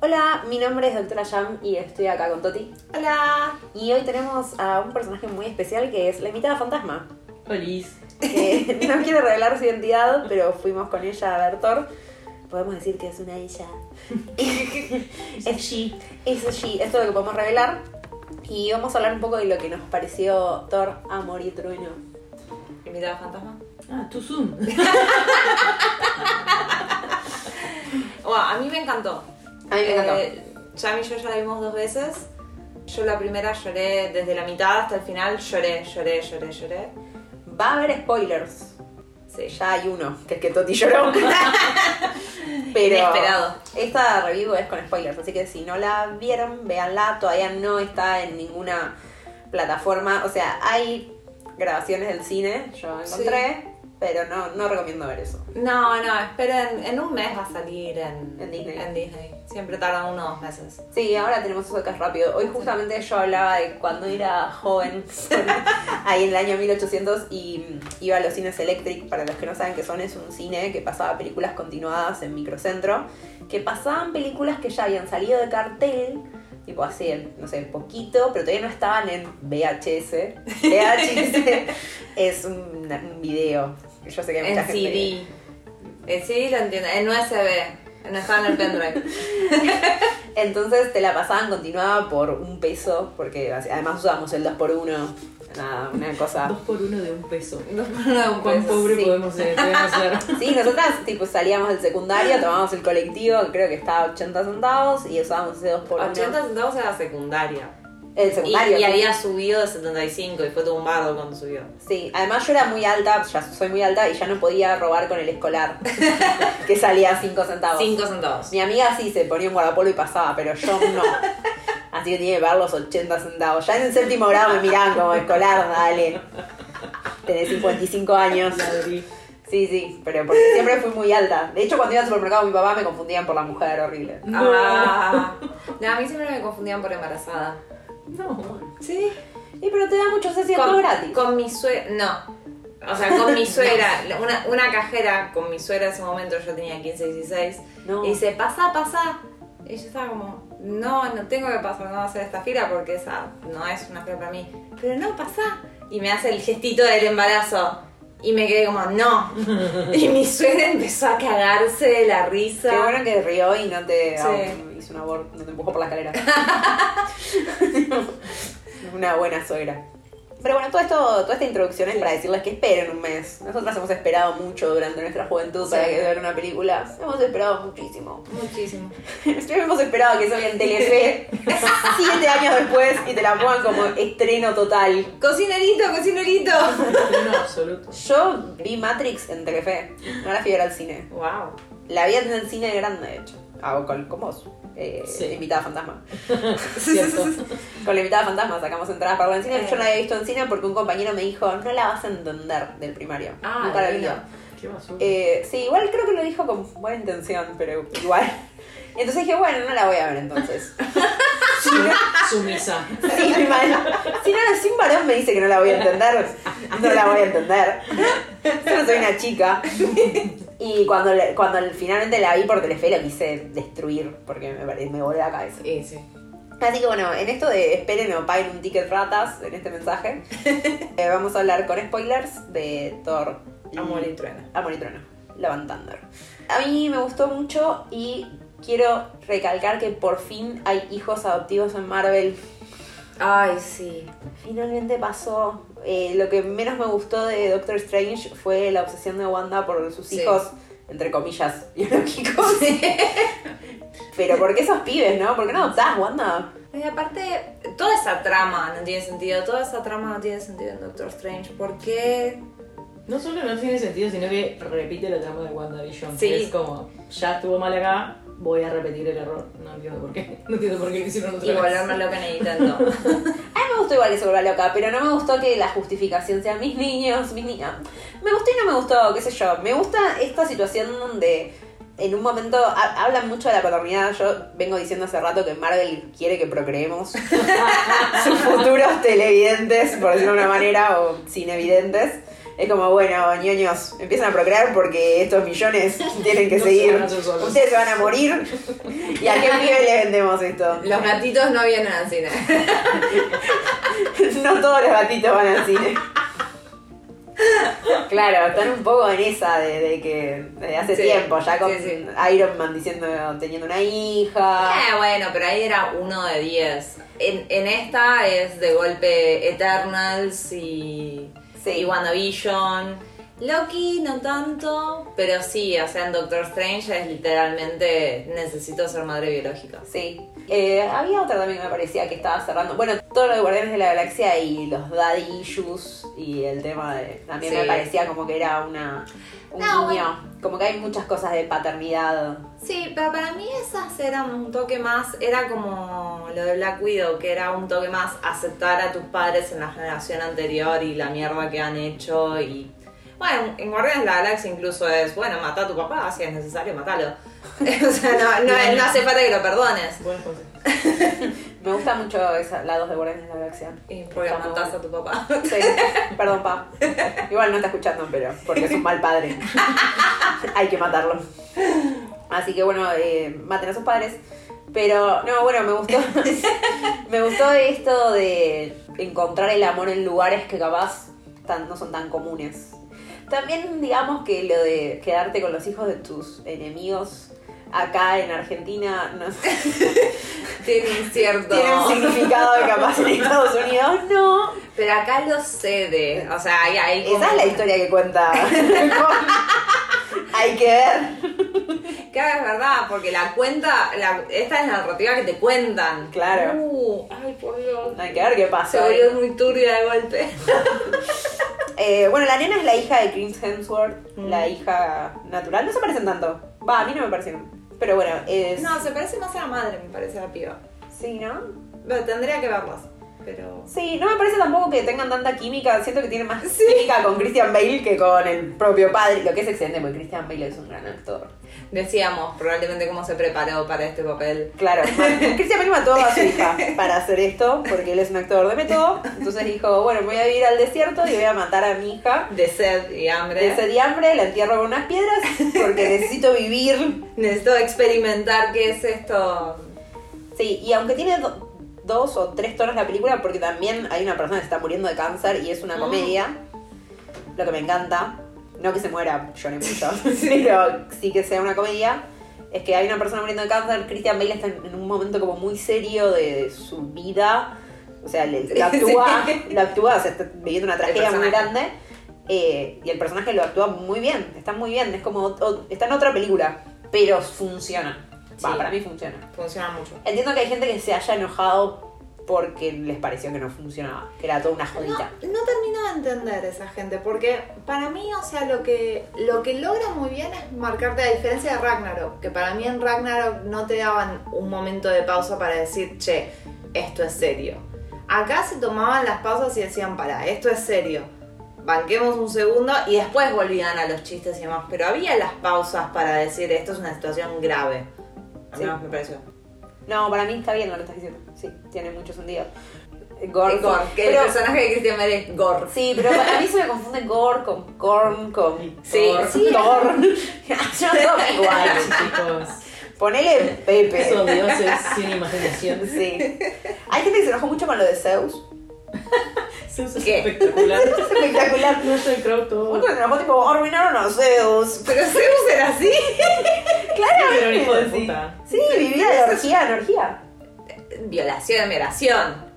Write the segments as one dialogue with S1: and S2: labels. S1: Hola, mi nombre es Doctora Jam y estoy acá con Toti.
S2: Hola.
S1: Y hoy tenemos a un personaje muy especial que es la invitada fantasma.
S2: Feliz.
S1: Que no quiere revelar su identidad, pero fuimos con ella a ver Thor. Podemos decir que es una ella.
S2: Es she.
S1: Eso sí, esto es lo que podemos revelar. Y vamos a hablar un poco de lo que nos pareció Thor, Amor y Trueno.
S3: Invitada fantasma.
S2: Ah, tu Zoom.
S3: Bueno, a mí me encantó.
S1: A mí me encantó.
S3: encantó. Yami y yo ya la vimos dos veces. Yo la primera lloré desde la mitad hasta el final. Lloré, lloré, lloré, lloré.
S1: Va a haber spoilers.
S3: Sí, ya.
S1: Ya hay uno, que es que Toti lloró. Pero
S3: Inesperado.
S1: Esta review es con spoilers, así que si no la vieron, véanla. Todavía no está en ninguna plataforma. O sea, hay grabaciones del cine, yo encontré, pero no, no recomiendo ver eso.
S3: No, no, esperen. En un mes va a salir en,
S1: En Disney.
S3: en Disney. Siempre tarda uno o dos meses.
S1: Sí, ahora tenemos eso que es rápido. Hoy justamente yo hablaba de cuando era joven, ahí en el año 1800, y iba a los cines Electric, para los que no saben que son, es un cine que pasaba películas continuadas en microcentro, que pasaban películas que ya habían salido de cartel, tipo así, en, no sé, poquito, pero todavía no estaban en VHS. VHS es un, un video. Yo sé que hay mucha
S3: En
S1: gente que-
S3: CD. En CD lo entiendo. En USB. No estaba en el pendrive.
S1: Entonces te la pasaban continuada por un peso, porque además usábamos el 2x1, nada, una cosa.
S2: Dos por uno de un peso.
S3: No, no, un
S2: Cuán
S3: peso.
S2: pobre
S1: sí.
S2: podemos ser. podemos ser.
S1: Sí, nosotras tipo, salíamos del secundario, tomábamos el colectivo, que creo que estaba a 80 centavos, y usábamos ese 2x1.
S3: 80 centavos era secundaria.
S1: El
S3: Y,
S1: secundario.
S3: y
S1: sí.
S3: había subido de 75 y fue todo un bardo cuando subió.
S1: Sí, además yo era muy alta, ya soy muy alta, y ya no podía robar con el escolar, que salía a 5 centavos.
S3: 5 centavos.
S1: Mi amiga sí se ponía un guardapolvo y pasaba, pero yo no. Así que tiene que pagar los 80 centavos. Ya en el séptimo grado me miraban como escolar, dale. Tenés 55 años.
S2: Ladrí.
S1: Sí, sí, pero porque siempre fui muy alta. De hecho, cuando iba al supermercado, mi papá me confundían por la mujer horrible.
S2: No.
S3: Ah. No, a mí siempre me confundían por embarazada.
S2: No.
S3: Sí.
S1: Y pero te da muchos asientos
S3: Con,
S1: gratis.
S3: con mi suegra. No. O sea, con mi suegra, una, una cajera con mi suegra en ese momento, yo tenía 15, 16.
S1: No.
S3: Y dice, pasa, pasa. Y yo estaba como, no, no tengo que pasar, no va a hacer esta fila porque esa no es una fila para mí. Pero no, pasa. Y me hace el gestito del embarazo. Y me quedé como, no. Y mi suegra empezó a cagarse de la risa.
S1: Qué bueno que rió y no te
S3: Sí.
S1: ah, hizo un aborto, no te empujó por la escalera. Una buena suegra. Pero bueno, todo esto, toda esta introducción es para decirles que esperen un mes. Nosotras hemos esperado mucho durante nuestra juventud para
S3: Sí.
S1: que ver una película. Hemos esperado muchísimo.
S3: Muchísimo.
S1: hemos esperado que salga en Telefe siete años después y te la pongan como estreno total.
S3: Cocinerito, cocinerito.
S2: No, absoluto.
S1: Yo vi Matrix en Telefe. No la fui a ver al cine.
S3: Wow.
S1: La vi en el cine grande, de hecho. Ah, con, con vos. Eh,
S2: Sí.
S1: Invitada fantasma.
S2: Cierto.
S1: Con la invitada fantasma sacamos entradas para verla en cine. Yo no la había visto en cine porque un compañero me dijo, no la vas a entender del primario.
S3: Ah,
S1: Nunca la vi.
S3: divino.
S2: Qué basura.
S1: Eh, sí, igual creo que lo dijo con buena intención, pero igual. Entonces dije, bueno, no la voy a ver entonces. si, no,
S2: Sumisa.
S1: sí, mi madre. si, no, si un varón me dice que no la voy a entender, no la voy a entender. Yo no soy una chica. Y cuando, le- cuando finalmente la vi por Telefe la quise destruir porque me, pare- me voló la cabeza.
S2: Ese.
S1: Así que bueno, en esto de esperen o paguen un ticket ratas, en este mensaje, eh, vamos a hablar con spoilers de Thor. y-
S3: Amor y truena.
S1: Amor y Trueno, Love and Thunder. A mí me gustó mucho y quiero recalcar que por fin hay hijos adoptivos en Marvel.
S3: Ay, sí.
S1: Finalmente pasó. Eh, lo que menos me gustó de Doctor Strange fue la obsesión de Wanda por sus
S3: Sí.
S1: hijos, entre comillas, biológicos. Pero ¿por qué esos pibes, no? ¿Por qué no adoptás, Wanda?
S3: Y aparte, toda esa trama no tiene sentido. Toda esa trama no tiene sentido en Doctor Strange. ¿Por qué?
S2: No solo no tiene sentido, sino que repite la trama de WandaVision.
S3: Sí.
S2: Es como, ya estuvo mal acá, voy a repetir el error. No entiendo por qué. No entiendo por qué lo hicieron otra
S3: Y
S2: vez.
S3: volverme loca en Nintendo.
S1: A mí me gustó igual que se vuelva loca, pero no me gustó que la justificación sea mis niños, mis niñas. Me gustó y no me gustó, qué sé yo. Me gusta esta situación donde en un momento ha- hablan mucho de la paternidad. Yo vengo diciendo hace rato que Marvel quiere que procreemos sus futuros televidentes, por decirlo de una manera, o cinevidentes. Es como, bueno, ñoños, empiezan a procrear porque estos millones tienen que
S2: No se
S1: seguir.
S2: van a hacer solos.
S1: Ustedes se van a morir. ¿Y a qué nivel le vendemos esto?
S3: Los gatitos no vienen al cine.
S1: No todos los gatitos van al cine. Claro, están un poco en esa de, de que de hace
S3: Sí,
S1: tiempo, ya con
S3: sí, sí.
S1: Iron Man diciendo teniendo una hija.
S3: Eh, bueno, pero ahí era uno de 10. En, en esta es de golpe Eternals y,
S1: Sí.
S3: y WandaVision. Loki no tanto, pero sí, o sea, en Doctor Strange es literalmente necesito ser madre biológica.
S1: Sí. Eh, había otra también que me parecía que estaba cerrando. Bueno, todo lo de Guardianes de la Galaxia y los daddy issues y el tema de. También
S3: Sí.
S1: me parecía como que era una. Un
S3: No,
S1: niño. Como que hay muchas cosas de paternidad.
S3: Sí, pero para mí esas eran un toque más, era como lo de Black Widow, que era un toque más aceptar a tus padres en la generación anterior y la mierda que han hecho y... Bueno, en Guardianes de la Galaxia incluso es, bueno, mata a tu papá, si es necesario, matalo. o sea, no, no, no hace falta que lo perdones.
S2: Buenos consejos.
S1: Me gusta mucho esa, la dos de Guardianes de la Galaxia.
S3: Y porque
S1: Está muy
S3: matás a tu papá.
S1: Sí, perdón, pa. Igual no está escuchando, pero porque es un mal padre. Hay que matarlo. Así que bueno, eh, maten a sus padres. Pero no, bueno, me gustó. me gustó esto de encontrar el amor en lugares que capaz tan- no son tan comunes. También digamos que lo de quedarte con los hijos de tus enemigos acá en Argentina no sé,
S3: Tiene un cierto...
S1: tiene un significado que capaz en Estados Unidos no.
S3: Pero acá lo cede, o sea, hay, hay como-
S1: Esa es la historia que cuenta. Hay que ver.
S3: Claro, es verdad, porque la cuenta, la- esta es la narrativa que te cuentan.
S1: Claro.
S3: Uh, ay, por Dios.
S1: Hay que ver qué
S3: Se
S1: pasa.
S3: volvió muy turbia de golpe.
S1: Eh, bueno, la nena es la hija de Chris Hemsworth,
S3: Mm.
S1: la hija natural. No se parecen tanto. Va, a mí no me parecieron. Pero bueno, es.
S3: No, se parece más a la madre, me parece a la piba.
S1: Sí, ¿no?
S3: Pero tendría que verlas. Pero.
S1: Sí, no me parece tampoco que tengan tanta química. Siento que tiene más química con Christian Bale que con el propio padre. Lo que es excelente porque Christian Bale es un gran actor.
S3: Decíamos probablemente cómo se preparó para este papel.
S1: Claro, ma- Christian Bale mató a su hija para hacer esto, porque él es un actor de método. Entonces dijo, bueno, voy a ir al desierto y voy a matar a mi hija.
S3: De sed y hambre.
S1: De sed y hambre, la entierro con unas piedras, porque necesito vivir.
S3: Necesito experimentar qué es esto.
S1: Sí, y aunque tiene do- dos o tres tonos la película, porque también hay una persona que está muriendo de cáncer y es una
S3: Ah.
S1: comedia, lo que me encanta, no que se muera, llore mucho, pero sí que sea una comedia, es que hay una persona muriendo de cáncer, Christian Bale está en en un momento como muy serio de, de su vida, o sea, le, lo actúa, lo actúa, o sea, está viviendo una tragedia muy
S3: personaje.
S1: grande. eh, y el personaje lo actúa muy bien, está muy bien, es como ot- ot- está en otra película, pero funciona. Va,
S3: Sí.
S1: para mí funciona.
S3: Funciona mucho.
S1: Entiendo que hay gente que se haya enojado porque les pareció que no funcionaba, que era toda una jodita.
S3: No termino de entender esa gente, porque para mí, o sea, lo que, lo que logra muy bien es marcarte la diferencia de Ragnarok, que para mí en Ragnarok no te daban un momento de pausa para decir, che, esto es serio. Acá se tomaban las pausas y decían, para, esto es serio. Banquemos un segundo y después volvían a los chistes y demás, pero había las pausas para decir, esto es una situación grave. A mí
S1: Sí.
S3: más me pareció.
S1: No, para mí está bien lo que estás diciendo. Sí, tiene mucho sentido. Gore,
S3: Gore, Gore, que
S1: pero-
S3: el personaje de Christian Bale es Gore.
S1: Sí, pero a mí se me confunde Gore con Korn, con...
S3: Sí,
S1: sí. Thor. Yo no igual.
S2: chicos.
S1: Ponele Pepe.
S2: Esos dioses sin imaginación.
S1: Sí. Hay gente que se enojó mucho con lo de Zeus.
S2: Zeus es
S3: ¿Qué?
S2: espectacular.
S1: Es espectacular.
S2: No soy crowd todo.
S1: Muchos se enojó tipo, "Oh, arruinaron a Zeus.
S3: Pero Zeus era así.
S2: Pero hijo de
S1: sí.
S2: puta.
S1: Sí, vivía de orgía en orgía.
S3: Violación, violación.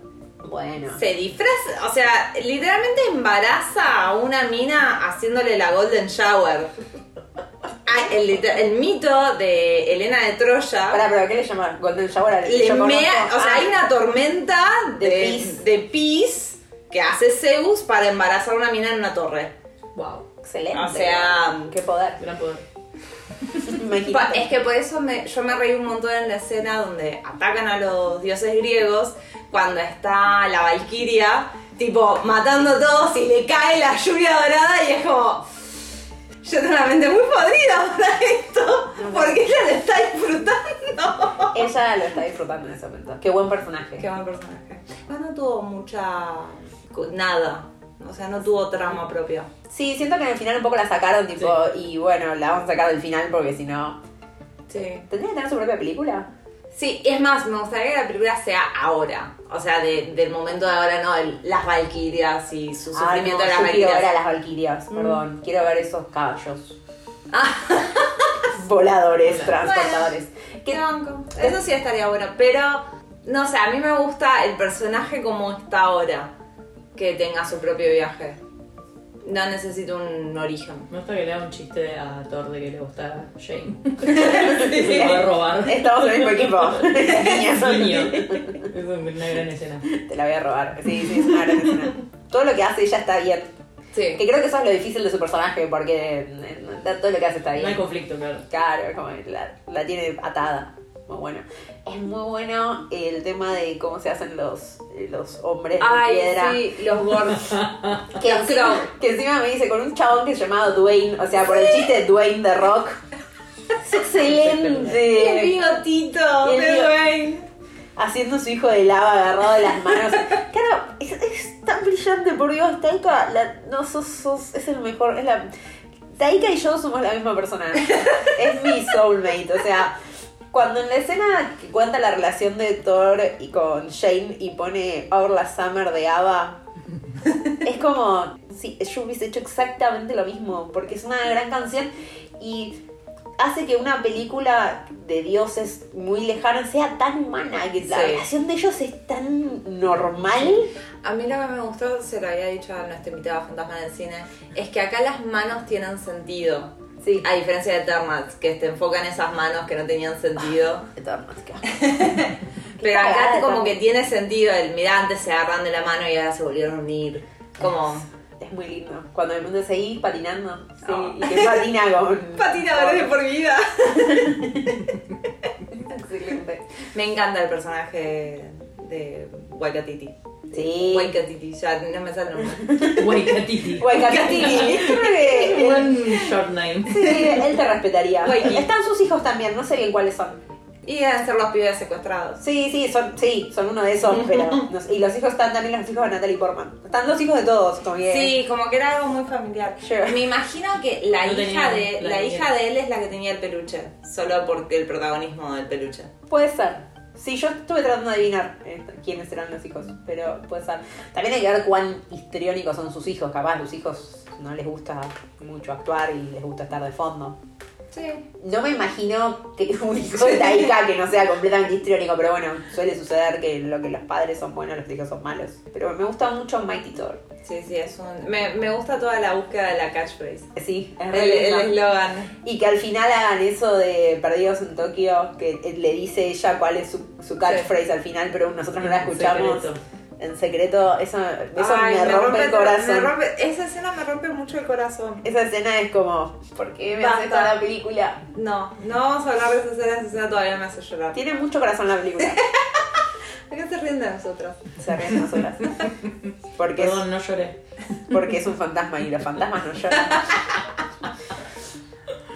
S1: Bueno.
S3: Se disfraza, o sea, literalmente embaraza a una mina haciéndole la golden shower. Ah, el, lit- el mito de Elena de Troya.
S1: Pará, pero ¿qué le llaman? Golden Shower al
S3: le
S1: yo conozco-
S3: mea- o sea,
S1: Ah,
S3: hay una tormenta de,
S1: De pis.
S3: de pis que hace Zeus para embarazar a una mina en una torre.
S2: Wow.
S1: Excelente.
S3: o sea,
S1: Qué poder.
S2: Gran poder.
S1: Me dijiste.
S3: Pa- Es que por eso me- yo me reí un montón en la escena donde atacan a los dioses griegos cuando está la valquiria, tipo, matando a todos y le cae la lluvia dorada y es como... Yo tengo la mente muy podrida para esto, porque ella lo está disfrutando.
S1: Ella lo está disfrutando en ese momento. Qué buen personaje.
S3: Qué buen personaje. Bueno, no tuvo mucha... cu- nada. O sea, no tuvo trama propio.
S1: Sí, siento que en el final un poco la sacaron, tipo, y bueno, la vamos a sacar del final porque si no.
S3: Sí.
S1: ¿Tendría que tener su propia película?
S3: Sí, es más, me gustaría que la película sea ahora. O sea, de- del momento de ahora, no, el- las valquirias y su sufrimiento
S1: Ah,
S3: de
S1: no,
S3: las Mm.
S1: yo quiero ver a
S3: valquirias.
S1: las valquirias, perdón. Quiero ver esos caballos.
S3: Ah.
S1: Voladores,
S2: Bueno.
S1: transportadores.
S3: Qué
S1: Que-
S3: banco. Eso sí estaría bueno, pero no sé, a mí me gusta el personaje como está ahora, que tenga su propio viaje. No necesito un origen.
S2: Me gusta que le haga un chiste a Thor de que le gusta Jane. Se lo va a robar.
S1: Estamos en el mismo equipo. Niñas.
S2: Niño. Es una gran escena.
S1: Te la voy a robar. Sí, sí, es una gran escena. Todo lo que hace ella está bien.
S3: Sí.
S1: Que creo que eso es lo difícil de su personaje, porque eh, todo lo que hace está
S2: No hay
S1: bien.
S2: conflicto, claro.
S1: Claro, es como que la, la tiene atada. Muy bueno. Es muy bueno el tema de cómo se hacen los, eh, los hombres de
S3: Ay,
S1: piedra.
S3: sí, los gordos.
S1: Que
S3: Los
S1: encima,
S3: Crow.
S1: que encima me dice con un chabón que se llamaba Dwayne, o sea, por el chiste de Dwayne de Rock. Es
S3: el
S1: excelente.
S3: bigotito,
S1: El
S3: de
S1: bigo-
S3: Dwayne.
S1: Haciendo su hijo de lava agarrado de las manos. Claro, es, es tan brillante, por Dios, Taika, la- no sos, sos- es el mejor, es la. Taika y yo somos la misma persona. Es mi soulmate, o sea. Cuando en la escena que cuenta la relación de Thor y con Shane y pone Our Last Summer de Ava, es como si yo hubiese hecho exactamente lo mismo, porque es una gran canción y hace que una película de dioses muy lejana sea tan humana, que la
S3: Sí.
S1: relación de ellos es tan normal.
S3: A mí lo que me gustó, se lo había dicho a nuestro invitado fantasma del cine, es que acá las manos tienen sentido.
S1: Sí,
S3: A diferencia de Termats, que te enfocan esas manos que no tenían sentido.
S1: de todas maneras, qué asco.
S3: Pero
S1: cagada,
S3: acá como
S1: Termats.
S3: que tiene sentido, el mirante se agarran de la mano y ahora se volvieron a unir. Como
S1: es muy lindo. Cuando el mundo seguís patinando, sí,
S3: Oh.
S1: y que patina con.
S3: patinadores de por vida.
S1: con- Excelente.
S3: Me encanta el personaje de Waikatiti.
S1: Sí.
S3: Waikatiti, ya no me sale el nombre.
S2: Waikatiti.
S1: Waikatini. Creo que él-
S2: Buen short name.
S1: sí, él te respetaría.
S3: Waiki.
S1: Están sus hijos también, no sé bien cuáles son.
S3: Y deben ser los pibes secuestrados.
S1: Sí, sí, son, sí, son uno de esos, pero. no sé. y los hijos están también los hijos de Natalie Portman. Están los hijos de todos, como que-
S3: Sí, como que era algo muy familiar.
S1: Sure.
S3: Me imagino que la
S2: No
S3: hija
S2: tenía
S3: de
S2: la
S3: la
S2: niña.
S3: hija de él es la que tenía el peluche, solo porque el protagonismo del peluche.
S1: Puede ser. Sí, yo estuve tratando de adivinar eh, quiénes serán los hijos, pero puede ser. También hay que ver cuán histriónicos son sus hijos, capaz los hijos no les gusta mucho actuar y les gusta estar de fondo.
S3: Sí.
S1: No me imagino que un hijo de Taika que no sea completamente histriónico, pero bueno, suele suceder que lo que los padres son buenos, los hijos son malos. Pero me gusta mucho Mighty Thor.
S3: Sí, sí, es un me, me gusta toda la búsqueda de la catchphrase.
S1: Sí, es
S3: El
S1: re lindo.
S3: el eslogan.
S1: Y que al final hagan eso de Perdidos en Tokio, que eh, le dice ella cuál es su, su catchphrase al final, pero nosotros no la escuchamos
S2: Secreto.
S1: en secreto. Eso, eso
S3: Ay,
S1: me, rompe, el corazón.
S3: me rompe- esa escena me rompe mucho el corazón.
S1: Esa escena es como, ¿por qué me hace
S3: Basta.
S1: toda la película?
S3: No, no vamos a hablar de esa escena, esa escena todavía me hace llorar.
S1: Tiene mucho corazón la película.
S3: ¿Por qué se ríen de nosotros?
S1: Se ríen nosotras. Porque es,
S2: Perdón, no lloré.
S1: porque es un fantasma y los fantasmas no lloran.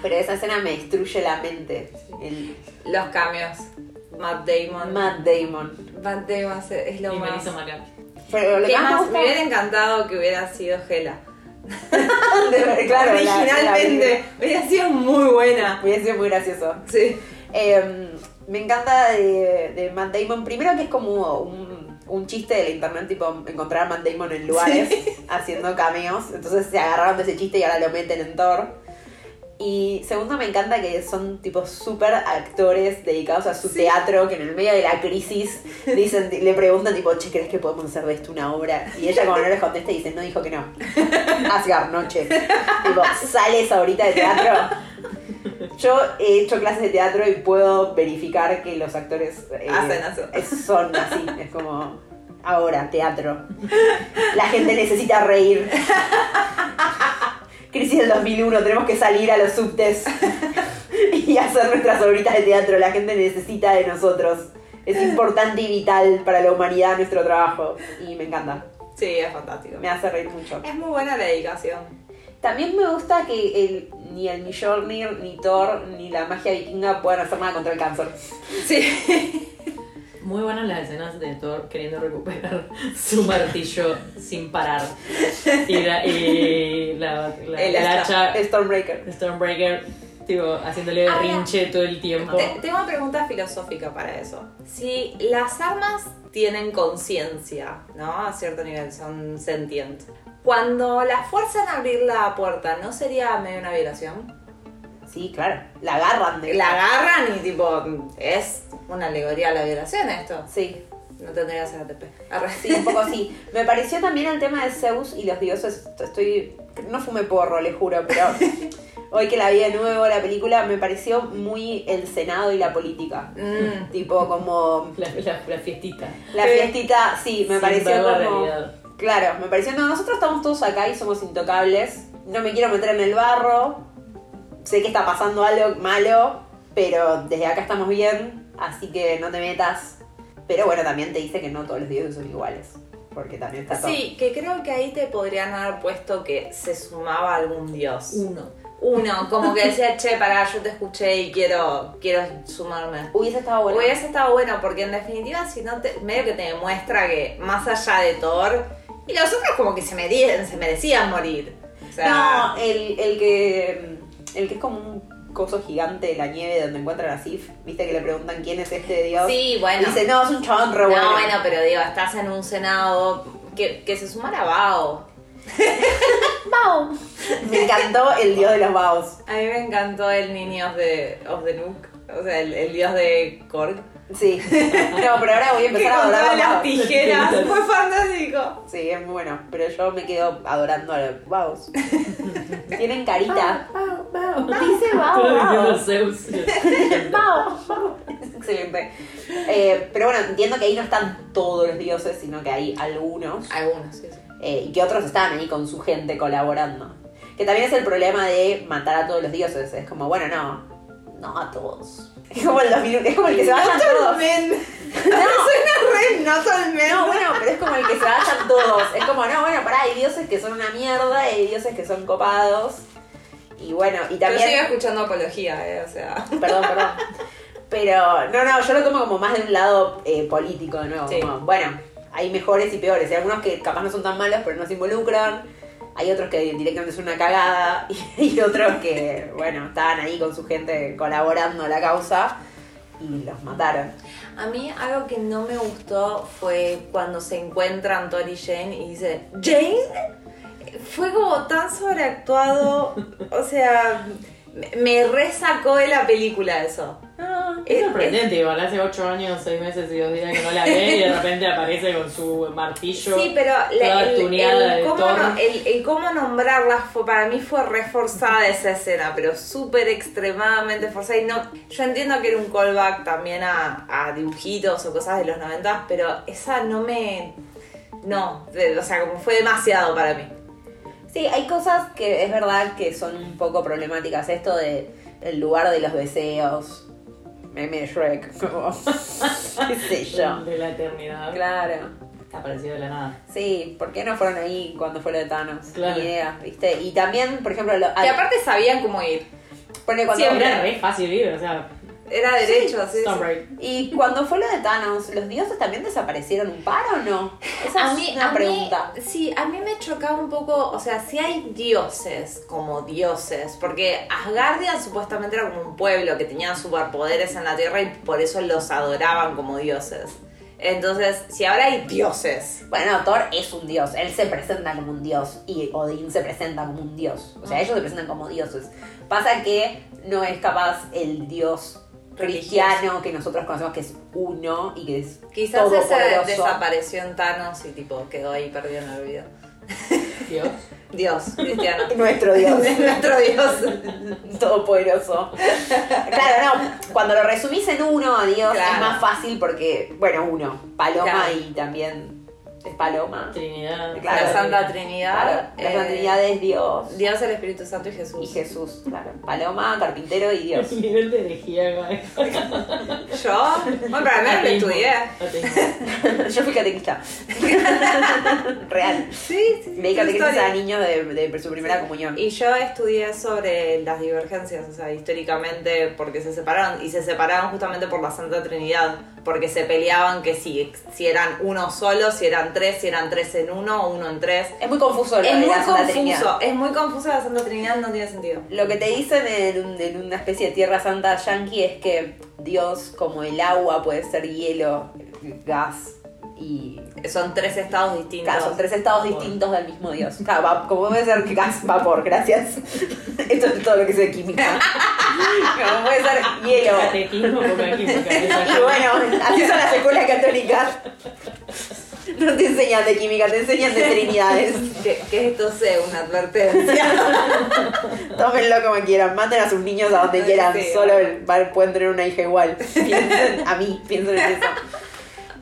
S1: Pero esa escena me destruye la mente. El
S3: Los cambios. Matt Damon.
S1: Matt Damon.
S3: Matt Damon es- es lo
S2: Y
S3: más.
S2: Melissa McCarthy.
S1: Pero lo
S3: ¿Qué
S1: que más,
S3: más?
S1: me
S3: Me hubiera
S1: gusta...
S3: encantado que hubiera sido Gela.
S1: Claro, la- la-
S3: Originalmente. hubiera sido muy buena.
S1: Hubiera sido muy gracioso.
S3: Sí.
S1: Eh, me encanta de, de Matt Damon. Primero que es como un, un chiste del internet, tipo encontrar a Matt Damon en lugares haciendo cameos. Entonces se agarraron de ese chiste y ahora lo meten en Thor. Y segundo me encanta que son tipo súper actores dedicados a su teatro, que en el medio de la crisis dicen, le preguntan tipo, che, ¿crees que podemos hacer de esto una obra? Y ella como no les contesta dice, no dijo que no. Asgard, noche. tipo, sales ahorita de teatro. Yo he hecho clases de teatro y puedo verificar que los actores eh,
S3: Hacen eso.
S1: es- son así. Es como, ahora, teatro. La gente necesita reír. Crisis del 2001, tenemos que salir a los subtes y hacer nuestras obritas de teatro. La gente necesita de nosotros. Es importante y vital para la humanidad nuestro trabajo. Y me encanta.
S3: Sí, es fantástico.
S1: Me hace reír mucho.
S3: Es muy buena la dedicación.
S1: También me gusta que el, ni el Mjolnir, ni Thor, ni la magia vikinga puedan hacer nada contra el cáncer.
S3: Sí.
S2: Muy buenas las escenas de Thor queriendo recuperar su martillo sin parar. Y la, y la, la-
S1: El,
S2: el hacha
S1: hacha- el Stormbreaker.
S2: Stormbreaker, tipo, haciéndole
S3: Ahora,
S2: berrinche todo el tiempo.
S3: Te- tengo una pregunta filosófica para eso. Si las armas tienen conciencia, ¿no? A cierto nivel, son sentient. Cuando las fuerzan a abrir la puerta, ¿no sería medio una violación?
S1: Sí, claro. La agarran de
S3: La agarran y tipo, es una alegoría a la violación esto.
S1: Sí,
S3: No tendría que ser ATP. Arre.
S1: sí, un poco sí. Me pareció también el tema de Zeus y los dioses. Estoy. No fumé porro, le juro, pero. Hoy que la vi de nuevo la película, me pareció muy el Senado y la política.
S3: Mm.
S1: Tipo, como.
S2: La, la- la fiestita.
S1: La
S3: Sí.
S1: fiestita, sí, me
S2: Sin
S1: pareció
S2: ver la
S1: como.
S2: realidad.
S1: Claro, me pareció, no, nosotros estamos todos acá y somos intocables. No me quiero meter en el barro. Sé que está pasando algo malo, pero desde acá estamos bien, así que no te metas. Pero bueno, también te dice que no todos los dioses son iguales, porque también está todo.
S3: Sí, que creo que ahí te podrían haber puesto que se sumaba algún dios.
S2: Uno.
S3: Uno, como que decía, che, pará, yo te escuché y quiero, quiero sumarme.
S1: Hubiese estado bueno.
S3: Hubiese estado bueno porque en definitiva si no te, medio que te demuestra que más allá de Thor y los otros como que se merecían, se merecían morir. O sea,
S1: No, el, el que el que es como un coso gigante de la nieve donde encuentran a Sif, viste que le preguntan quién es este dios.
S3: sí,
S1: Y
S3: bueno.
S1: dice, no, es un chabón re
S3: no,
S1: bueno.
S3: bueno, pero digo, estás en un senado que, que se sumara Bao.
S1: Me encantó el dios de los baos.
S3: A mí me encantó el niño de of the Nook, o sea, el, el dios de Korg.
S1: Sí. No, pero ahora voy a empezar a adorar a Baos.
S2: tijeras.
S3: fue fantástico.
S1: Sí, es muy bueno, pero yo me quedo adorando a los Baos. Tienen carita. Dice Bao,
S2: Todo diciendo
S1: Bao.
S2: Zeus.
S1: Excelente. Eh, pero bueno, entiendo que ahí no están todos los dioses, sino que hay algunos.
S3: Algunos, sí, sí.
S1: eh, y que otros están ahí con su gente colaborando. Que también es el problema de matar a todos los dioses. Es como, bueno, no. No a todos. Es como el, 2001, es como el que se vayan todos.
S3: no
S1: No, bueno, pero es como el que se vayan todos. Es como, no, bueno, pará, hay dioses que son una mierda, hay dioses que son copados. Y bueno, y
S3: Yo sigo
S1: también.
S3: escuchando apología, eh, o sea.
S1: Perdón, perdón. Pero, no, no, yo lo tomo como más de un lado eh, político de nuevo.
S3: Sí.
S1: Como, bueno, hay mejores y peores. Hay algunos que capaz no son tan malos, pero no se involucran. Hay otros que directamente son una cagada. Y, y otros que, bueno, estaban ahí con su gente colaborando a la causa. Y los mataron.
S3: A mí algo que no me gustó fue cuando se encuentran Tori y Jane y dice, ¿Jane? Fue como tan sobreactuado, o sea, me- me resacó de la película eso.
S2: Ah, Es
S3: Eh,
S2: sorprendente, igual hace 8 años, 6 meses y 2 días que no la ve y de repente aparece con su martillo.
S3: Sí, pero la-
S2: toda
S3: el,
S2: tuneada
S3: el
S2: de
S3: cómo,
S2: Thor.
S3: no- el- el cómo nombrarla fue, para mí fue reforzada esa escena, pero súper extremadamente forzada. Y no, yo entiendo que era un callback también a, a dibujitos o cosas de los 90, pero esa no me... No, de- o sea, como fue demasiado para mí.
S1: Sí, hay cosas que es verdad que son un poco problemáticas. Esto de el lugar de los deseos. Meme de Shrek. Como, ¿Qué sé yo?
S2: de la eternidad.
S1: Claro.
S2: Apareció de la nada.
S1: Sí, ¿por qué no fueron ahí cuando fue lo de Thanos?
S2: Claro.
S1: Ni idea, ¿viste? Y también, por ejemplo, lo,
S3: Que aparte sabían cómo ir.
S1: ponele cuando,
S3: siempre.
S2: Era re fácil ir, o sea,
S3: Era derecho, sí, sí.
S2: Stormbreak.
S1: Y cuando fue lo de Thanos, ¿los dioses también desaparecieron un par o no? Esa
S3: A
S1: es
S3: mí,
S1: una
S3: a mí-
S1: pregunta.
S3: sí, a mí me chocaba un poco, o sea, si hay dioses como dioses, porque Asgardia supuestamente era como un pueblo que tenía superpoderes en la Tierra y por eso los adoraban como dioses. Entonces, si ahora hay dioses,
S1: Bueno, Thor es un dios, él se presenta como un dios y Odín se presenta como un dios.
S3: Ah.
S1: O sea, ellos se presentan como dioses. Pasa que no es capaz el dios cristiano que nosotros conocemos que es uno y que es
S3: quizás ese
S1: todopoderoso.
S3: desapareció en Thanos y tipo quedó ahí perdido en el olvido.
S2: Dios.
S3: Dios, cristiano.
S1: Nuestro dios.
S3: Nuestro dios.
S1: Todopoderoso. Claro, no. Cuando lo resumís en uno, a Dios,
S3: Claro.
S1: es más fácil porque, bueno, uno. Paloma
S3: Claro.
S1: y también es Paloma.
S2: Trinidad.
S1: Claro.
S3: la Santa Trinidad.
S1: Claro, la Santa
S3: eh,
S1: Trinidad es Dios
S3: Dios, el Espíritu Santo y Jesús.
S1: y Jesús. Claro. Paloma, carpintero y Dios.
S2: El nivel de herejía, güey.
S3: Yo, bueno, pero al menos lo
S2: Ateísmo.
S3: estudié.
S2: Ateísmo.
S1: Yo fui catequista. Real.
S3: Sí, sí.
S1: Leí catequistas a niños de, de su primera comunión.
S3: Y yo estudié sobre las divergencias, o sea, históricamente porque se separaron y se separaron justamente por la Santa Trinidad, porque se peleaban que si, si eran uno solo, si eran tres, si eran tres en uno o uno en tres.
S1: Es muy confuso lo
S3: Es
S1: de
S3: muy
S1: la Santa Trinidad.
S3: confuso, es muy confuso la Santa Trinidad, no tiene sentido.
S1: Lo que te dicen en, un- en una especie de tierra santa yankee es que Dios, como el agua, puede ser hielo, gas y.
S3: Son tres estados distintos.
S1: Claro, son tres estados
S2: Vapor.
S1: distintos del mismo Dios. Claro, va- como puede ser gas, vapor, gracias. Esto es todo lo que sé de química. Como puede ser hielo.
S2: Catequismo con
S1: Y bueno, así son las escuelas católicas. No te enseñan de química, te enseñan de trinidades.
S3: Que, que esto sea una advertencia.
S1: Tómenlo como quieran, manden a sus niños a donde quieran,
S3: Sí.
S1: solo el- va- pueden tener una hija igual. Piensen- a mí, piensen en eso.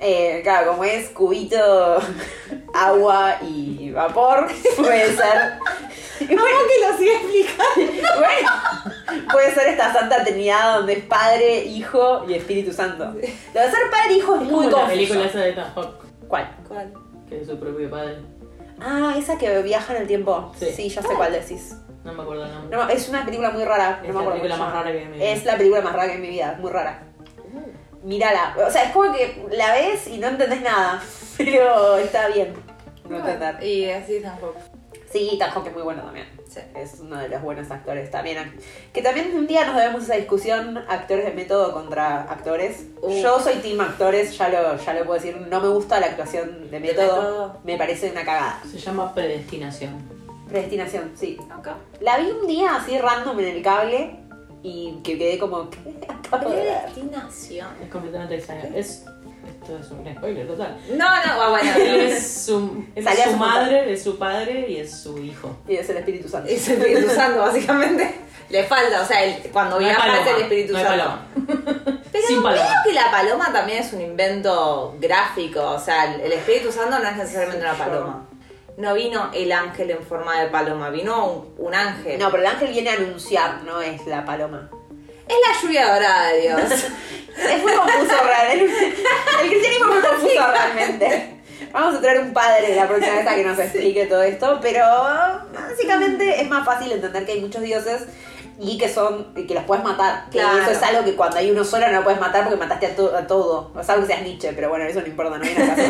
S1: Eh, claro, como es cubito, agua y vapor, puede ser. Y Bueno, que lo sigue explicando. Bueno, puede ser esta santa trinidad donde es padre, hijo y Espíritu Santo. Lo de ser padre e hijo es muy
S2: Muy la película
S1: confuso.
S2: esa de Ethan Hawke,
S1: ¿Cuál?
S3: ¿Cuál?
S2: que es su propio padre.
S1: Ah, esa que viaja en el tiempo. Sí,
S2: Sí.
S1: ya sé cuál decís.
S2: No me acuerdo el nombre.
S1: No, es una película muy rara. no me
S2: Es la
S1: acuerdo
S2: película
S1: cómo se
S2: más
S1: llama.
S2: rara que vi en mi vida.
S1: Es la película más rara que vi en mi vida, es muy rara.
S3: Uh,
S1: Mírala. O sea, es como que la ves y no entendés nada. Pero está bien.
S2: Ah.
S1: No entender.
S3: Y así tampoco.
S1: Sí, Tanjo que es muy bueno también.
S3: Sí.
S1: Es uno de los buenos actores también. Que también un día nos debemos esa discusión actores de método contra actores.
S3: Uh.
S1: Yo soy team actores, ya lo, ya lo puedo decir. No me gusta la actuación de método.
S3: método.
S1: Me parece una cagada.
S2: Se llama Predestinación.
S1: Predestinación, sí.
S3: Acá.
S1: La vi un día así random en el cable y que quedé como... ¿qué acabo de ver?
S3: Predestinación.
S2: Es completamente extraño. Es, esto es un spoiler total.
S3: No, no, ah, bueno, es,
S2: Es su, es
S1: Salía
S2: su
S1: su
S2: madre, es su padre y es su hijo.
S1: Y es el Espíritu Santo.
S3: es el Espíritu Santo, básicamente. Le falta, o sea, el- cuando
S2: No hay
S3: viaja es
S2: paloma,
S3: el Espíritu
S2: no hay
S3: Santo.
S2: paloma.
S3: Pero
S2: Sin paloma.
S3: creo que la paloma también es un invento gráfico, o sea, el, el Espíritu Santo no es necesariamente una paloma. No vino el ángel en forma de paloma, vino un, un ángel.
S1: No, pero el ángel viene a anunciar, no es la paloma.
S3: Es la lluvia dorada de Dios.
S1: Es muy confuso realmente. El cristianismo es muy confuso realmente. Vamos a traer un padre la próxima vez a que nos explique todo esto, pero básicamente es más fácil entender que hay muchos dioses y que son que los puedes matar. Que
S3: Claro.
S1: eso es algo que cuando hay uno solo no lo puedes matar porque mataste a, to- a todo. O sea, algo que seas Nietzsche, pero bueno, eso no importa, no viene a caso.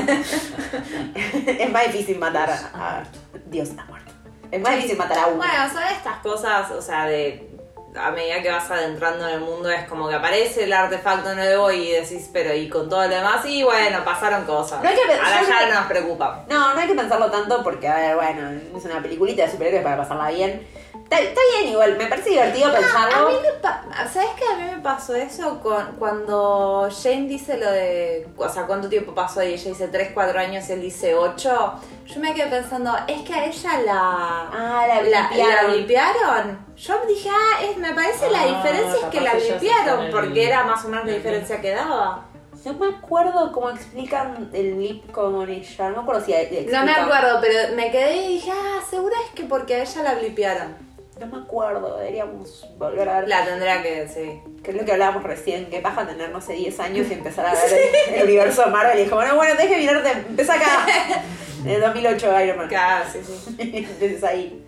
S1: es más difícil matar a, a- Dios está muerto. Es más difícil matar a uno.
S3: Bueno, son estas cosas, o sea, de a medida que vas adentrando en el mundo es como que aparece el artefacto nuevo y decís, pero y con todo lo demás, y bueno, pasaron cosas.
S1: No hay que pensar
S3: Ahora ya
S1: que-
S3: nos preocupa.
S1: No, no hay que pensarlo tanto porque, a ver, bueno, es una peliculita de superhéroes para pasarla bien. Está, está bien igual, me parece divertido
S3: A mí
S1: pensarlo.
S3: me pa- ¿Sabes qué? A mí me pasó eso con, cuando Jane dice lo de. O sea, ¿cuánto tiempo pasó? Y ella dice 3, 4 años y él dice 8. Yo me quedé pensando, es que a ella la.
S1: Ah, la,
S3: la,
S1: blipearon.
S3: la blipearon. Yo dije, ah, es, me parece la
S2: Ah,
S3: diferencia es que la
S2: capaz ella se pone
S3: blipearon,
S2: el-
S3: porque era más o menos la
S2: el-
S3: diferencia que daba.
S1: No me acuerdo cómo explican el lip con ella. No me acuerdo si
S3: No
S1: explican.
S3: me acuerdo, pero me quedé y dije, ah, seguro es que porque a ella la blipearon.
S1: No me acuerdo, deberíamos volver a ver.
S3: La tendrá que, sí.
S1: Que es lo que hablábamos recién, que paja tener, no sé, 10 años y empezar a ver el, el universo Marvel. Y es como, no, bueno, tenés que mirarte, empieza acá. En el 2008 Iron Man.
S3: Claro, Ah, sí, sí.
S1: Entonces ahí,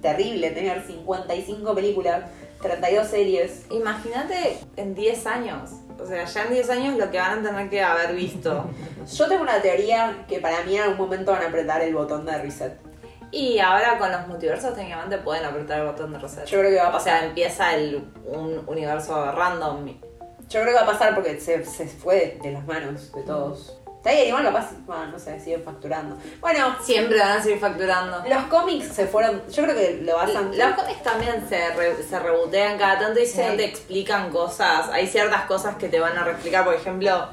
S1: terrible tener 55 películas, 32 series.
S3: Imagínate en 10 años. O sea, ya en 10 años lo que van a tener que haber visto.
S1: Yo tengo una teoría que para mí en algún momento van a apretar el botón de reset.
S3: Y ahora con los multiversos técnicamente pueden apretar el botón de reset.
S1: Yo creo que va a
S3: O sea,
S1: pasar.
S3: empieza el, un universo random.
S1: Yo creo que va a pasar porque se, se fue de, de las manos de todos. Está bien, igual capaz, bueno, no sé, siguen facturando. Bueno,
S3: Siempre van a seguir facturando.
S1: los cómics se fueron, yo creo que lo basan...
S3: Los cómics también se, re- se rebotean cada tanto y se
S1: Sí.
S3: te explican cosas. Hay ciertas cosas que te van a reexplicar. Por ejemplo,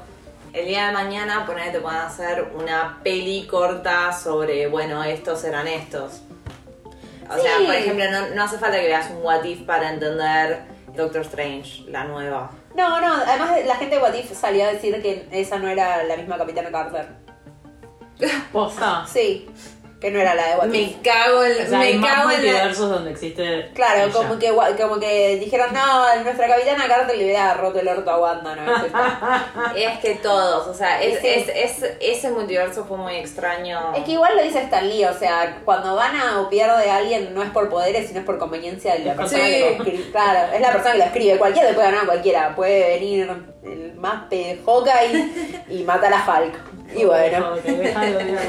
S3: el día de mañana ponele, te van a hacer una peli corta sobre, bueno, estos eran estos. O sea,
S1: Sí.
S3: por ejemplo, no, no hace falta que veas un What If para entender Doctor Strange, la nueva.
S1: No, no, además la gente de What If salió a decir que esa no era la misma Capitana Carter.
S2: Posta.
S1: Sí, Que no era la de What If.
S3: Ah. Me cago en,
S2: O sea, hay
S3: me
S2: más
S3: cago en la...
S2: multiversos donde existe.
S1: Claro,
S2: ella.
S1: como que, wa- como que dijeron, no, nuestra capitana Carter le hubiera roto el orto a Wanda, ¿no? Es esta.
S3: Es que todos, o sea, es,
S1: Sí.
S3: es, es- ese multiverso fue muy extraño.
S1: es que igual lo dice Stan Lee, o sea, cuando gana o pierde a alguien no es por poderes, sino es por conveniencia de la persona
S3: Sí.
S1: que lo escribe. Claro, es la persona que lo escribe. Cualquiera le puede ganar a cualquiera. Puede venir el más pejoca y, y matar a Hulk. Y bueno.
S2: Ok, dejalo, diablo.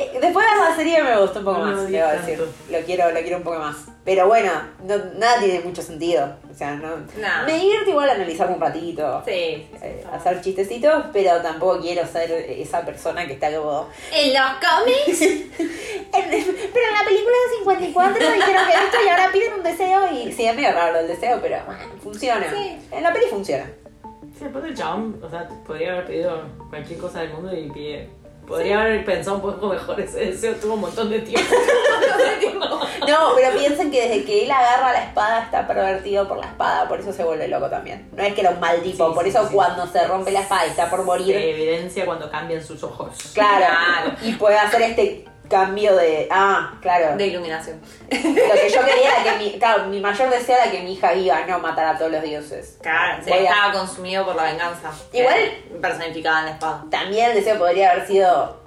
S1: Eh, Después de la serie me gustó un poco
S2: No lo
S1: más,
S2: vi
S1: debo
S2: tanto.
S1: decir. Lo quiero, lo quiero un poco más. Pero bueno, no- nada tiene mucho sentido. O sea, no.
S3: Nah.
S1: Me divierte igual analizar un ratito.
S3: Sí, sí, sí,
S1: eh,
S3: está.
S1: hacer chistecitos, pero tampoco quiero ser esa persona que está como.
S3: En los cómics,
S1: "En- pero en la película de 54 dijeron que esto y ahora piden un deseo y. Sí, es medio raro el deseo, pero bueno, funciona.
S3: Sí.
S1: En la peli funciona.
S2: Sí, aparte el chabón, o sea, podría haber pedido cualquier cosa del mundo y pide. Podría haber pensado un poco mejor ese deseo, tuvo un montón de tiempo.
S1: No, pero piensen que desde que él agarra la espada está pervertido por la espada, por eso se vuelve loco también. No es que era un mal tipo,
S2: Sí,
S1: por
S2: sí,
S1: eso
S2: sí.
S1: cuando se rompe la espada y está por morir,
S2: Se evidencia cuando cambian sus ojos.
S1: claro,
S3: Claro.
S1: y puede hacer este cambio de, ah, claro,
S3: de iluminación.
S1: lo que yo quería era que mi, claro, mi mayor deseo era que mi hija viva, no matar a todos los dioses.
S3: Claro,
S1: Voy a-
S3: estaba consumido por la venganza.
S1: Igual-
S3: personificada en la espada.
S1: También el deseo podría haber sido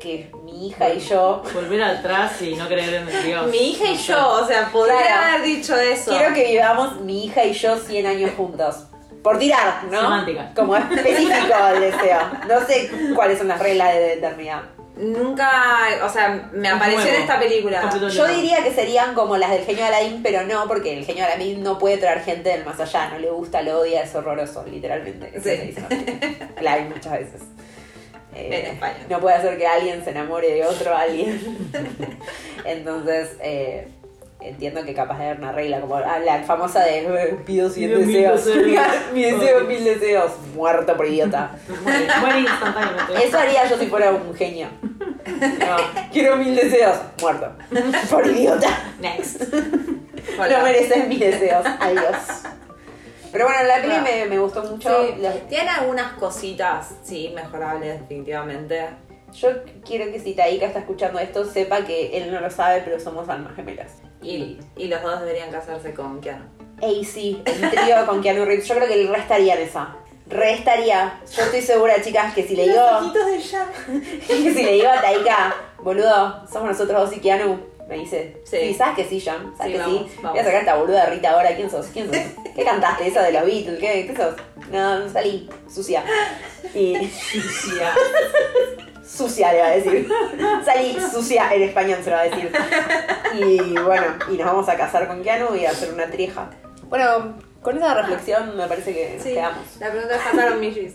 S1: que mi hija y yo...
S2: Volver atrás y no creer en Dios.
S3: Mi hija y yo, o sea, podría
S1: Claro.
S3: haber dicho eso.
S1: Quiero que vivamos mi hija y yo 100 años juntos. Por tirar, ¿no?
S2: Semántica.
S1: Como específico el deseo. No sé cuáles son las reglas de eternidad.
S3: Nunca, o sea, me apareció
S2: nuevo.
S3: en esta película.
S2: Completo-
S1: Yo diría que serían como las del genio de Aladdin, pero no, porque el genio de Aladdin no puede traer gente del más allá, no le gusta, lo odia, es horroroso, literalmente. Eso
S3: Sí.
S1: se dice. La hay muchas veces. Eh,
S3: En España.
S1: No puede hacer que alguien se enamore de otro alguien. Entonces, eh, entiendo que capaz de haber una regla, como ah, la famosa de eh, pido cien
S2: Pido mil
S1: deseos.
S2: deseos.
S1: Mi deseo, mil deseos. Muerto por idiota.
S2: Muere, muere instantáneamente.
S1: Eso haría yo si fuera un genio. No, quiero mil deseos. Muerto. Por idiota.
S3: Next.
S1: No mereces mis deseos. Adiós. Pero bueno, la peli
S3: Claro.
S1: me, me gustó mucho. La-
S3: Tiene algunas cositas, sí, mejorables, definitivamente.
S1: Yo quiero que si Taika está escuchando esto, sepa que él no lo sabe, pero somos almas gemelas.
S3: Y, y los dos deberían casarse con Keanu.
S1: AC, el trío con Keanu Reeves. Yo creo que el re estaría en esa. Re estaría. Yo estoy segura, chicas, que si le digo,
S3: de ya.
S1: que si le digo a Taika, boludo, somos nosotros dos y Keanu, me dice,
S3: Sí.
S1: sí, sabes que sí, Jam, sabes que
S3: Sí, vamos,
S1: sí.
S3: vamos.
S1: Voy a sacar esta boluda Rita ahora, ¿quién sos? ¿Quién sos? ¿Qué cantaste esa de los Beatles? ¿Qué, qué sos? No, no salí, sucia. Y
S2: Sucia.
S1: sucia le va a decir. Salí sucia en español se lo va a decir. Y bueno, y nos vamos a casar con Keanu y a hacer una trieja. Bueno, con esa reflexión me parece que nos
S3: Sí,
S1: quedamos.
S3: la pregunta es ¿casaron millis?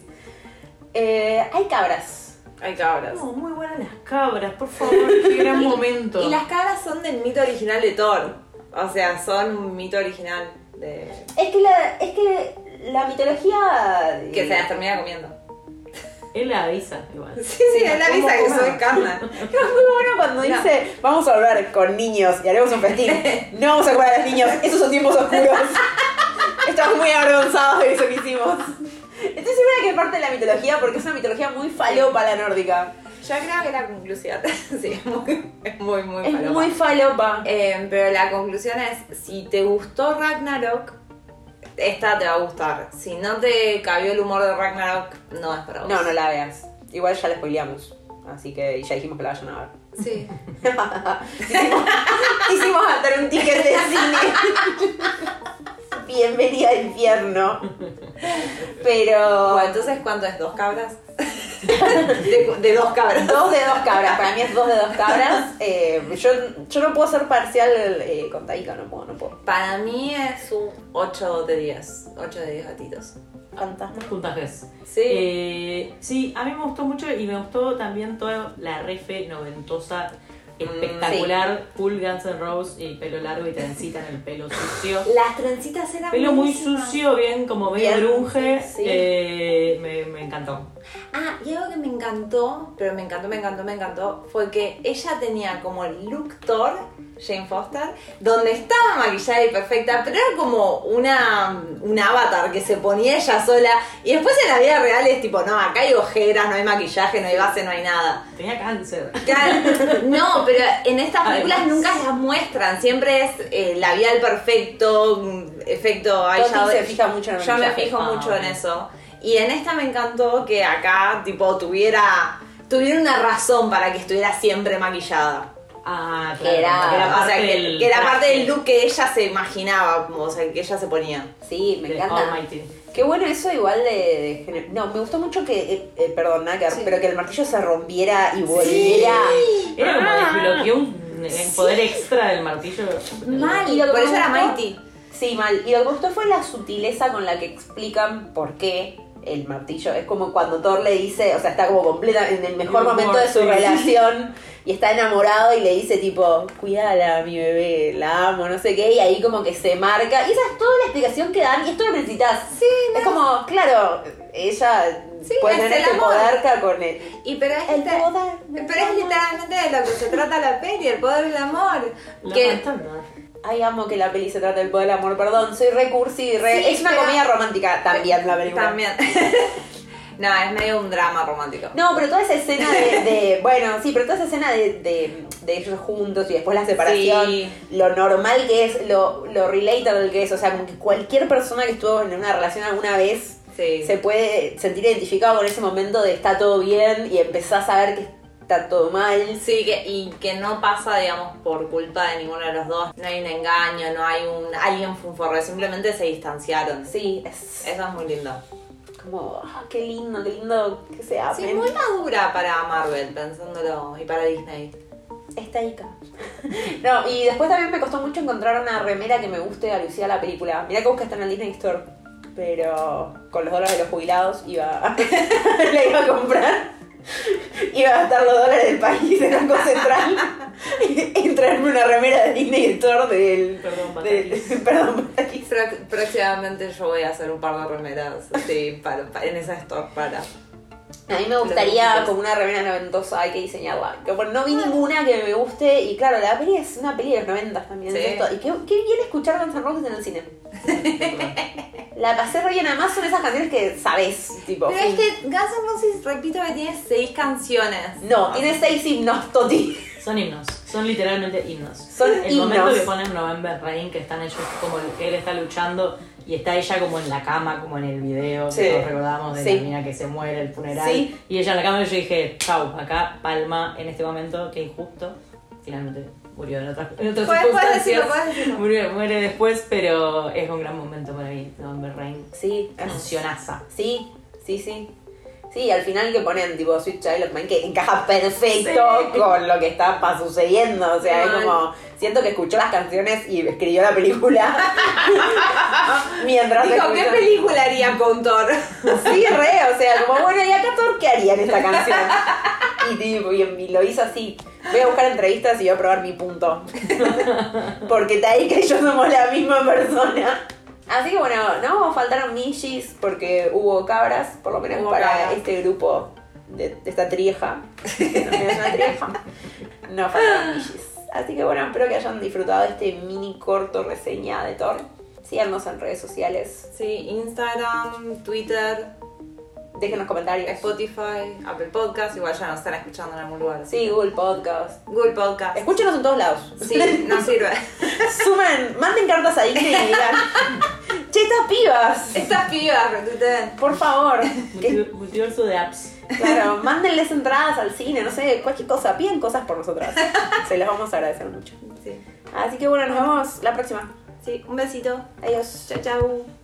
S1: Eh, hay cabras.
S3: Hay cabras.
S2: No, muy buenas las cabras, por favor, qué gran momento.
S3: Y las cabras son del mito original de Thor. O sea, son un mito original de...
S1: Es que la, es que la mitología... eh,
S3: que se las termina comiendo.
S2: Él la avisa igual.
S3: Sí, sí, es la
S1: ¿cómo
S3: visa que
S1: comer?
S3: soy carna.
S1: Es muy bueno cuando
S3: No.
S1: dice, vamos a hablar con niños y haremos un festín. No vamos a jugar a los niños, esos son tiempos oscuros. Estamos muy avergonzados de eso que hicimos. Estoy segura que es parte de la mitología porque es una mitología muy falopa la nórdica.
S3: Yo creo que la conclusión, sí, es muy, es muy, muy
S1: Es
S3: falopa.
S1: muy falopa.
S3: Eh, pero la conclusión es, si te gustó Ragnarok, esta te va a gustar. Si no te cabió el humor de Ragnarok, no es para vos.
S1: No, no la veas. Igual ya la spoileamos. Así que y ya dijimos que la vayan a ver.
S3: Sí.
S1: hicimos, hicimos atar un ticket de cine. Bienvenida al infierno. Pero.
S3: Bueno, entonces, ¿cuánto es? ¿Dos cabras? de, de dos cabras.
S1: Dos de dos cabras, para mí es dos de dos cabras. Eh, yo, yo no puedo ser parcial eh, con Taika, no puedo, no puedo.
S3: Para mí es un 8 de 10. 8 de 10 gatitos.
S1: Fantasma.
S2: Puntajes.
S3: Sí.
S2: Eh, sí, a mí me gustó mucho y me gustó también toda la refe noventosa,
S3: Mm,
S2: espectacular, full Guns N' Roses y pelo largo y trencita en el pelo sucio.
S3: Las trencitas eran
S2: Pelo muy
S3: buenísimas.
S2: sucio, bien como medio
S1: Bien,
S2: grunge.
S1: sí.
S2: eh, me, me encantó.
S1: Ah,
S3: y algo que me encantó, pero me encantó, me encantó, me encantó, fue que ella tenía como el look Thor, Jane Foster, donde estaba maquillada y perfecta, pero era como una, un avatar que se ponía ella sola. Y después en la vida real es tipo, no, acá hay ojeras, no hay maquillaje, no hay base, no hay nada.
S2: Tenía cáncer.
S3: Claro, no, pero en estas películas
S2: Además.
S3: nunca las muestran, siempre es eh, labial perfecto, mm, efecto eyeshadow.
S1: Toti se fija mucho en el
S3: Yo me
S1: maquillaje.
S3: fijo
S2: Ah,
S3: mucho en
S2: bueno.
S3: eso. Y en esta me encantó que acá, tipo, tuviera, tuviera una razón para que estuviera siempre maquillada.
S2: Ah, claro.
S1: Que era-
S2: porque
S3: o sea, que, que era parte
S2: traje
S3: del look que ella se imaginaba, como, o sea, que ella se ponía.
S1: Sí, me
S2: de
S1: encanta.
S2: Almighty.
S1: Qué bueno eso igual de, de gener- No, me gustó mucho que... eh, eh, perdón, nada que ver,
S3: Sí.
S1: pero que el martillo se rompiera y volviera.
S2: Era como
S1: Ah.
S2: desbloqueó un un poder extra del martillo.
S1: Ah, Y lo que
S3: Por
S1: me
S3: eso era
S1: gustó-
S3: Mighty.
S1: Sí, mal. Y lo que me gustó fue la sutileza con la que explican por qué el martillo. Es como cuando Thor le dice, o sea, está como completa en el mejor
S2: El humor,
S1: momento de su
S2: sí.
S1: relación y está enamorado y le dice tipo, cuídala, mi bebé, la amo, no sé qué, y ahí como que se marca. Y esa es toda la explicación que dan y esto lo necesitas. Sí, es como, claro, ella
S3: Sí,
S1: puede
S3: es
S1: tener
S3: el
S1: este
S3: amor.
S1: poder que con él.
S3: Y pero es,
S1: El
S3: literal-
S1: poder del
S3: pero es
S1: amor.
S3: literalmente de lo que se trata la peli, el poder del amor.
S2: La
S3: que
S2: fantasma.
S1: Ay, amo que la peli se trata del poder del amor, perdón, soy recursi y re...
S3: Sí,
S1: es una
S3: pero-
S1: comedia romántica también la película.
S3: Eh, También. no, es medio un drama romántico.
S1: No, pero toda esa escena de, de- bueno, sí, pero toda esa escena de, de- de ellos juntos y después la separación,
S3: Sí.
S1: lo normal que es, lo, lo relatable que es, o sea, como que cualquier persona que estuvo en una relación alguna vez
S3: Sí.
S1: se puede sentir identificado con ese momento de está todo bien y empezás a ver que está todo mal.
S3: Sí, que, y que no pasa, digamos, por culpa de ninguno de los dos. No hay un engaño, no hay un alguien fue un forro, simplemente se distanciaron.
S1: Sí, es
S3: Eso es muy lindo.
S1: como, ah, qué lindo, qué lindo que se amen.
S3: Sí, muy madura para Marvel, pensándolo, y para Disney.
S1: Esta Ica. no, y después también me costó mucho encontrar una remera que me guste alusiva a la película. Mirá que busca está en el Disney Store. Pero con los dólares de los jubilados iba a- la iba a comprar. Iba a gastar los dólares del país en Banco Central. y traerme una remera de Disney Store del.
S2: Perdón, Batakis.
S1: del perdón, Batakis.
S3: Pro- próximamente yo voy a hacer un par de remeras sí, para, para- en esa store para.
S1: A mí me
S3: Claro.
S1: gustaría como una remera noventosa, hay que diseñarla. Que, bueno, no vi ninguna que me guste y claro, la peli es una peli de los noventas también.
S3: Sí.
S1: es esto. Y qué, qué bien escuchar Guns N' Roses en el cine. La pasé re bien, además son esas canciones que sabes, tipo.
S3: Pero es que Guns N' Roses, repito que tiene seis canciones.
S1: No, tiene seis himnos, Toti.
S2: Son himnos, son literalmente himnos.
S1: Son
S2: El momento
S1: himnos.
S2: que ponen November Rain, que están ellos como el- él está luchando y está ella como en la cama, como en el video
S1: Sí.
S2: que todos recordamos de
S1: Sí.
S2: la mina que se muere, el funeral.
S1: Sí.
S2: Y ella en la cama, y yo dije, chau, acá, palma, en este momento, qué injusto. Finalmente murió en otras, en otras
S3: Puedes- puedes
S2: circunstancias.
S3: decirlo, puedes decirlo.
S2: Murió- muere después, pero es un gran momento para mí, November Rain.
S1: Sí,
S2: Cancionaza.
S1: Sí, sí, sí. Sí, al final que ponen tipo Sweet Child of Mine que encaja perfecto
S2: Sí.
S1: con lo que está pa- sucediendo. O sea, es
S3: Mal.
S1: como. Siento que escuchó las canciones y escribió la película. Mientras
S3: Dijo, ¿qué
S1: escuchó-
S3: película haría con Thor?
S1: Sí, re, o sea, como bueno, ¿y acá Thor qué haría en esta canción? Y, tipo, y- y lo hizo así. Voy a buscar entrevistas y voy a probar mi punto. Porque Taika y yo somos la misma persona. Así que bueno, no faltaron Mishis porque hubo cabras, por lo menos
S3: Hubo
S1: para
S3: cabras.
S1: este grupo de, de esta trieja. que no es una trieja. No faltaron Mishis. Así que bueno, espero que hayan disfrutado de este mini corto reseña de Thor. Síganos en redes sociales.
S3: Sí, Instagram, Twitter,
S1: Déjenos comentarios.
S3: Spotify, Apple Podcast, igual ya nos están escuchando en algún lugar.
S1: Sí, Google Podcast.
S3: Google Podcast.
S1: Escúchenos en todos lados.
S3: Sí, no sirve.
S1: Sumen, manden cartas a Disney y digan, che, estas pibas,
S3: Estas pibas, retuiteen.
S1: por favor. Que-
S2: Multi- Multiverso de apps.
S1: claro, mándenles entradas al cine, no sé, cualquier cosa. Piden cosas por nosotras. Se las vamos a agradecer mucho.
S3: Sí.
S1: Así que bueno, nos vemos la próxima.
S3: sí, un besito.
S1: Adiós.
S3: Chau, chau.